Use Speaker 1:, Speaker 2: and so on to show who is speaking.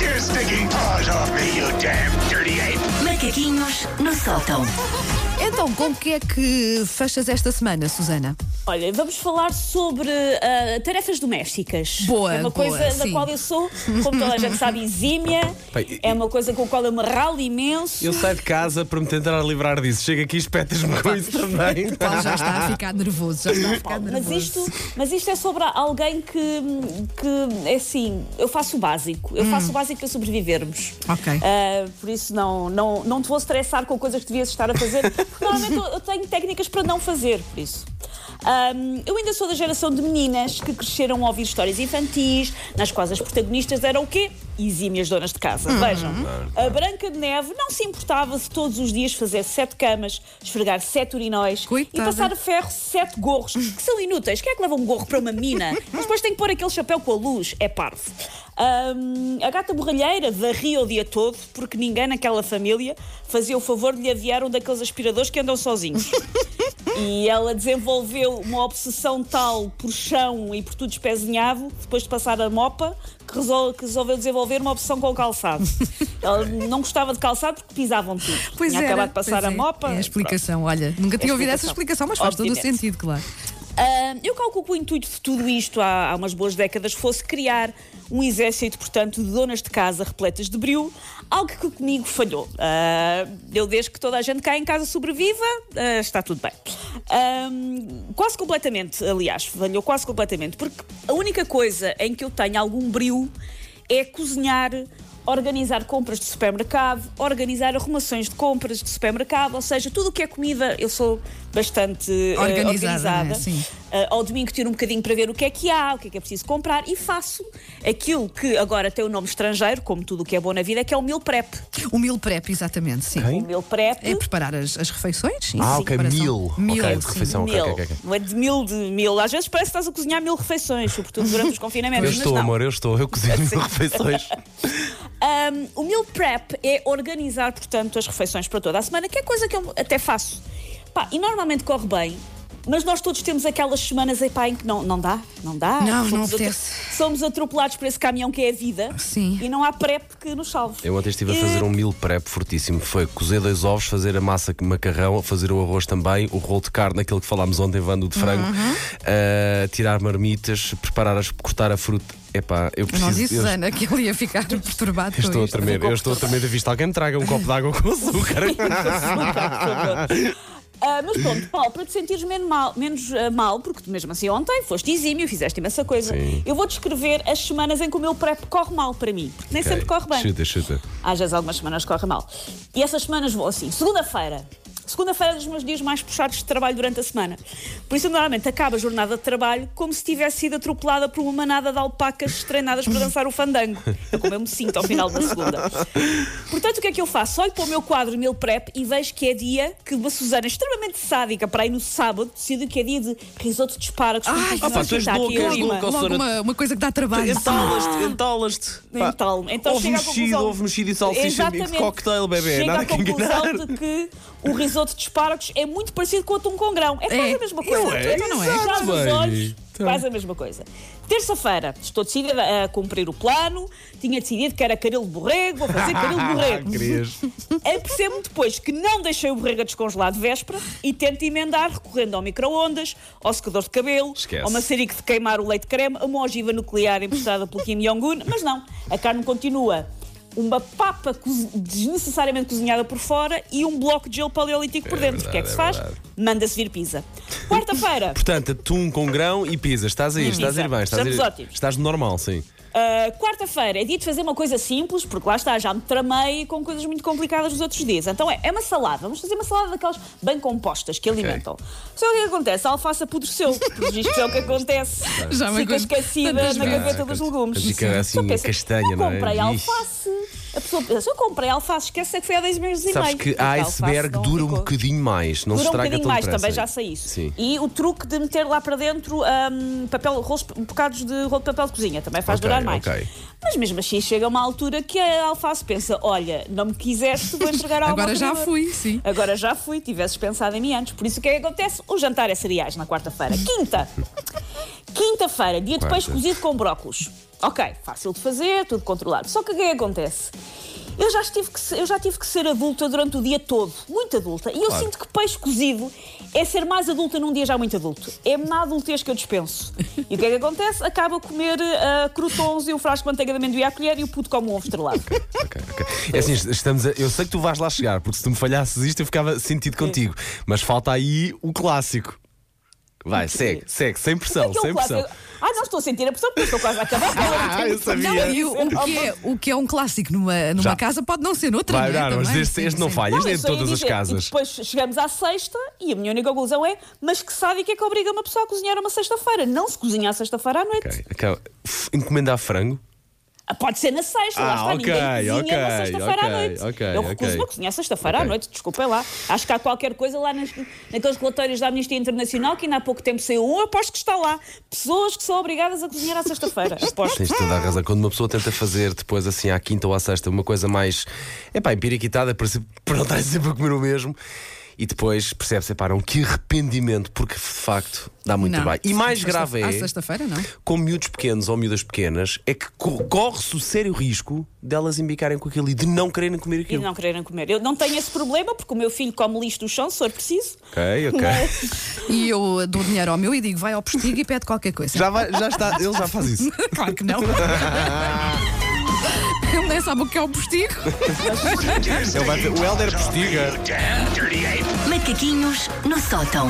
Speaker 1: fucking paws off me, you damn dirty ape!
Speaker 2: Macaquinhos no sótão.
Speaker 3: Então, com o que é que fechas esta semana, Susana?
Speaker 4: Olha, vamos falar sobre ah, tarefas domésticas.
Speaker 3: Boa,
Speaker 4: É uma
Speaker 3: boa,
Speaker 4: coisa da
Speaker 3: sim.
Speaker 4: qual eu sou, como toda a gente sabe, exímia.
Speaker 5: Bem,
Speaker 4: é uma coisa com a qual eu me ralo imenso.
Speaker 5: Eu saio de casa para me tentar livrar disso. Chego aqui e espetas-me com isso também.
Speaker 3: O Paulo Tá, já está a ficar nervoso, já está a ficar nervoso.
Speaker 4: Mas isto, mas isto é sobre alguém que, que é assim, eu faço o básico.
Speaker 3: Hum.
Speaker 4: Eu faço o básico para sobrevivermos.
Speaker 3: Ok.
Speaker 4: Ah, por isso não, não, não te vou estressar com coisas que devias estar a fazer. Porque normalmente eu, eu tenho técnicas para não fazer, por isso. Ahm, eu ainda sou da geração de meninas que cresceram a ouvir histórias infantis, nas quais as protagonistas eram o quê? Exímias donas de casa. Vejam, a Branca de Neve não se importava se todos os dias fazer sete camas, esfregar sete urinóis
Speaker 3: Coitada.
Speaker 4: e passar a ferro sete gorros, que são inúteis. Quem é que leva um gorro para uma mina? Mas depois tem que pôr aquele chapéu com a luz. É parvo. Ahm, a gata borralheira varria o dia todo porque ninguém naquela família fazia o favor de lhe aviar um daqueles aspiradores que andam sozinhos. E ela desenvolveu uma obsessão tal por chão e por tudo espezinhado, depois de passar a mopa, que resol- que resolveu desenvolver uma obsessão com o calçado. Ela não gostava de calçado porque pisavam tudo.
Speaker 3: Pois
Speaker 4: Tinha
Speaker 3: era,
Speaker 4: acabado de passar
Speaker 3: pois
Speaker 4: a
Speaker 3: é.
Speaker 4: mopa. É
Speaker 3: É a explicação, olha. Nunca tinha ouvido essa explicação, mas faz todo o
Speaker 4: Obviamente.
Speaker 3: sentido, claro.
Speaker 4: Ah, eu calculo que o intuito de tudo isto há, há umas boas décadas fosse criar um exército, portanto, de donas de casa repletas de brilho, algo que comigo falhou. Ah, eu, desde que toda a gente cá em casa sobreviva, ah, está tudo bem. Ah, quase completamente, aliás, falhou quase completamente, porque a única coisa em que eu tenho algum brilho é cozinhar organizar compras de supermercado, organizar arrumações de compras de supermercado, ou seja, tudo o que é comida eu sou bastante eh,
Speaker 3: Organizada,
Speaker 4: organizada.
Speaker 3: né? Sim.
Speaker 4: Eh, ao domingo tiro um bocadinho para ver o que é que há, o que é que é preciso comprar e faço aquilo que agora tem o nome estrangeiro, como tudo o que é bom na vida, que é o meal prep.
Speaker 3: O meal prep, exatamente, sim.
Speaker 4: O meal prep
Speaker 3: É preparar as, as refeições? sim,
Speaker 5: Ah,
Speaker 3: sim,
Speaker 5: ok,
Speaker 3: preparação.
Speaker 5: mil.
Speaker 3: Meal,
Speaker 5: ok, de
Speaker 3: sim.
Speaker 5: refeição. Então,
Speaker 4: mil,
Speaker 5: ok, ok, ok.
Speaker 4: não é de mil de mil. Às vezes parece que estás a cozinhar mil refeições, sobretudo durante os confinamentos.
Speaker 5: Eu
Speaker 4: mas
Speaker 5: estou,
Speaker 4: não.
Speaker 5: amor, eu estou. Eu cozinho mil refeições.
Speaker 4: Um, o meal prep é organizar, portanto, as refeições para toda a semana, que é coisa que eu até faço. Pá, e normalmente corre bem, mas nós todos temos aquelas semanas epá, em que não, não dá, não dá.
Speaker 3: Não, não
Speaker 4: Somos atro-
Speaker 3: apetece.
Speaker 4: Somos atropelados por esse caminhão que é a vida
Speaker 3: Sim.
Speaker 4: e não há prep que nos salve.
Speaker 5: Eu ontem estive a
Speaker 4: E-
Speaker 5: fazer um meal prep fortíssimo. Foi cozer dois ovos, fazer a massa de macarrão, fazer o arroz também, o rolo de carne, aquele que falámos ontem, Vando de frango,
Speaker 3: Uhum.
Speaker 5: ah, tirar marmitas, preparar, as, cortar a fruta. Epá, eu
Speaker 3: Não
Speaker 5: preciso.
Speaker 3: disse,
Speaker 5: eu-
Speaker 3: Susana, que ele ia ficar perturbado
Speaker 5: eu
Speaker 3: com
Speaker 5: estou a
Speaker 3: isto.
Speaker 5: tremer, eu estou a tremer da vista. Alguém me traga um copo de água com açúcar.
Speaker 4: Ah, mas pronto, Paulo, para te sentires menos mal, menos, ah, mal, porque mesmo assim ontem foste exímio, fizeste imensa coisa,
Speaker 5: Sim.
Speaker 4: eu vou descrever as semanas em que o meu prep corre mal para mim, porque nem sempre corre bem.
Speaker 5: Chuta, chuta.
Speaker 4: Às vezes algumas semanas corre mal. E essas semanas vou assim, segunda-feira. Segunda-feira é dos meus dias mais puxados de trabalho durante a semana. Por isso, eu normalmente acaba a jornada de trabalho como se tivesse sido atropelada por uma manada de alpacas treinadas para dançar o fandango. É como eu me sinto ao final da segunda. Portanto, o que é que eu faço? Olho para o meu quadro Meal Prep e vejo que é dia que uma Susana extremamente sádica para ir no sábado decide que é dia de risoto de espargos. com
Speaker 5: Ai,
Speaker 4: confusão
Speaker 5: opa, tu és
Speaker 4: que está aqui em
Speaker 5: louca, és
Speaker 4: Lima.
Speaker 5: louca,
Speaker 3: Logo
Speaker 5: Susana.
Speaker 3: uma, uma coisa que dá trabalho.
Speaker 5: Entalas-te, entalas-te.
Speaker 4: Ah. Nem tal. Então
Speaker 5: houve
Speaker 4: chega à
Speaker 5: mexido,
Speaker 4: conclusão-
Speaker 5: houve mexido e salsicha
Speaker 4: Exatamente.
Speaker 5: amigo, cocktail, bebê.
Speaker 4: Chega
Speaker 5: Nada
Speaker 4: à
Speaker 5: que enganar.
Speaker 4: conclusão de que o risoto de espargos é muito parecido com o atum com grão. É quase
Speaker 3: É.
Speaker 4: a mesma coisa.
Speaker 5: Não é,
Speaker 4: Então não
Speaker 5: exato,
Speaker 4: Fechado os
Speaker 5: bem.
Speaker 4: olhos,
Speaker 5: Então.
Speaker 4: quase a mesma coisa. Terça-feira, estou decidida a cumprir o plano. Tinha decidido que era caril de borrego, vou fazer caril de borrego.
Speaker 5: Querias.
Speaker 4: Apercebo-me depois que não deixei o borrego a descongelar de véspera e tento emendar recorrendo ao micro-ondas, ao secador de cabelo,
Speaker 5: Esquece.
Speaker 4: ao maçarico de queimar o leite creme, a uma ogiva nuclear emprestada pelo Kim Jong-un, mas não, a carne continua. Uma papa cozi- desnecessariamente cozinhada por fora e um bloco de gelo paleolítico por
Speaker 5: É
Speaker 4: dentro. o que é que
Speaker 5: verdade, é
Speaker 4: se faz?
Speaker 5: verdade.
Speaker 4: Manda-se vir pizza. Quarta-feira,
Speaker 5: Portanto, atum com grão e pizza. Estás a ir, estás a ir bem. Estás, a ir-
Speaker 4: Estamos ótimos.
Speaker 5: estás normal, sim.
Speaker 4: Uh, Quarta-feira é dia de fazer uma coisa simples, porque lá está, já me tramei com coisas muito complicadas nos outros dias. Então é, é uma salada, vamos fazer uma salada daquelas bem compostas que alimentam. Só que o que acontece? A alface apodreceu, por isto é o que acontece.
Speaker 3: Já me
Speaker 4: Fica
Speaker 3: aguento
Speaker 4: esquecida
Speaker 3: tantas
Speaker 4: na
Speaker 3: vezes.
Speaker 4: gaveta dos
Speaker 5: Ah,
Speaker 4: legumes.
Speaker 5: fica
Speaker 4: Sim.
Speaker 5: assim,
Speaker 4: Tu pensas,
Speaker 5: castanha,
Speaker 4: eu
Speaker 5: não é?
Speaker 4: comprei
Speaker 5: Ixi.
Speaker 4: alface. A pessoa pensa, eu comprei alface, esquece é que foi há 10 meses e meio.
Speaker 5: Sabes que
Speaker 4: Porque a
Speaker 5: a
Speaker 4: alface
Speaker 5: iceberg
Speaker 4: não
Speaker 5: dura um
Speaker 4: ficou
Speaker 5: bocadinho mais. Não
Speaker 4: dura um
Speaker 5: se estraga
Speaker 4: bocadinho
Speaker 5: tão
Speaker 4: mais,
Speaker 5: depressa.
Speaker 4: também já sei isso.
Speaker 5: Sim.
Speaker 4: E o truque de meter lá para dentro hum, papel, rolos, bocados de rolo de papel de cozinha também faz
Speaker 5: Ok,
Speaker 4: durar mais.
Speaker 5: ok.
Speaker 4: Mas mesmo assim chega uma altura que a alface pensa: olha, não me quiseste, vou entregar algo ao
Speaker 3: Agora já
Speaker 4: criador."
Speaker 3: fui, sim.
Speaker 4: Agora já fui, tivesses pensado em mim antes. Por isso o que é que acontece? O jantar é cereais na quarta-feira. Quinta! Quinta-feira, dia de
Speaker 5: Quarta.
Speaker 4: peixe cozido com brócolos. Ok, fácil de fazer, tudo controlado. Só que o que é que acontece? Eu já, estive que se- eu já tive que ser adulta durante o dia todo, muito adulta, e eu
Speaker 5: Claro.
Speaker 4: sinto que peixe cozido é ser mais adulta num dia já muito adulto. É má adultez que eu dispenso. E o que é que acontece? Acaba a comer ah, croutons e um frasco de manteiga de amendoim à colher e o puto come um ovo estrelado.
Speaker 5: Ok, ok. É assim, estamos a- eu sei que tu vais lá chegar, porque se tu me falhasses isto eu ficava sentido contigo. Mas falta aí o clássico. Vai, segue, segue, sem pressão,
Speaker 4: Aquele
Speaker 5: sem
Speaker 4: é clássico-
Speaker 5: pressão.
Speaker 4: Ah, não estou a sentir a pressão porque é um eu estou quase a acabar.
Speaker 5: Ah, eu
Speaker 3: Não,
Speaker 5: sabia.
Speaker 3: e o, o que é, o que é um clássico numa, numa
Speaker 5: Já.
Speaker 3: casa pode não ser noutra.
Speaker 5: Vai,
Speaker 3: não é?
Speaker 5: não, mas
Speaker 3: Também,
Speaker 5: este,
Speaker 3: sim,
Speaker 5: este não
Speaker 3: sim.
Speaker 5: falha, este é
Speaker 4: eu
Speaker 5: em
Speaker 4: só ia
Speaker 5: todas as
Speaker 4: dizer, E
Speaker 5: casas.
Speaker 4: depois chegamos à sexta e a minha única conclusão é: mas que sádico é que obriga uma pessoa a cozinhar uma sexta-feira? Não se cozinha à sexta-feira à noite.
Speaker 5: Ok, ok. F- Encomendar frango?
Speaker 4: Ah, Pode ser na sexta,
Speaker 5: Ah,
Speaker 4: lá está.
Speaker 5: ok,
Speaker 4: Ninguém cozinha na
Speaker 5: ok,
Speaker 4: sexta-feira
Speaker 5: ok,
Speaker 4: à noite.
Speaker 5: ok,
Speaker 4: eu recuso-me
Speaker 5: ok.
Speaker 4: a cozinhar sexta-feira
Speaker 5: Ok.
Speaker 4: à noite, desculpem lá. Acho que há qualquer coisa lá nas- naqueles relatórios da Amnistia Internacional que ainda há pouco tempo saiu um, aposto que está lá. Pessoas que são obrigadas a cozinhar à sexta-feira. Aposto.
Speaker 5: Tens toda a razão. Quando uma pessoa tenta fazer depois, assim, à quinta ou à sexta, uma coisa mais. É pá, empiriquitada, para, se- para não estar sempre a comer o mesmo. E depois percebe-se, pá, não, que arrependimento, porque de facto dá muito
Speaker 3: Não.
Speaker 5: trabalho. E mais
Speaker 3: Sexta-
Speaker 5: grave
Speaker 3: À
Speaker 5: é,
Speaker 3: sexta-feira, não.
Speaker 5: com miúdos pequenos ou miúdas pequenas, é que co- corre-se o sério risco delas embicarem com aquilo e de não quererem
Speaker 4: E
Speaker 5: comer aquilo.
Speaker 4: não quererem comer. Eu não tenho esse problema porque o meu filho come lixo do chão, se for preciso.
Speaker 5: Ok, ok.
Speaker 3: E eu dou dinheiro ao meu e digo, vai ao postigo e pede qualquer coisa.
Speaker 5: Já, vai- já está, ele já faz isso.
Speaker 3: Claro que não. Ele nem sabe o que é o postigo.
Speaker 1: Just
Speaker 5: Ele vai dizer, o Helder
Speaker 1: off me,
Speaker 5: postiga.
Speaker 1: you damn dirty ape.
Speaker 2: Macaquinhos no sótão.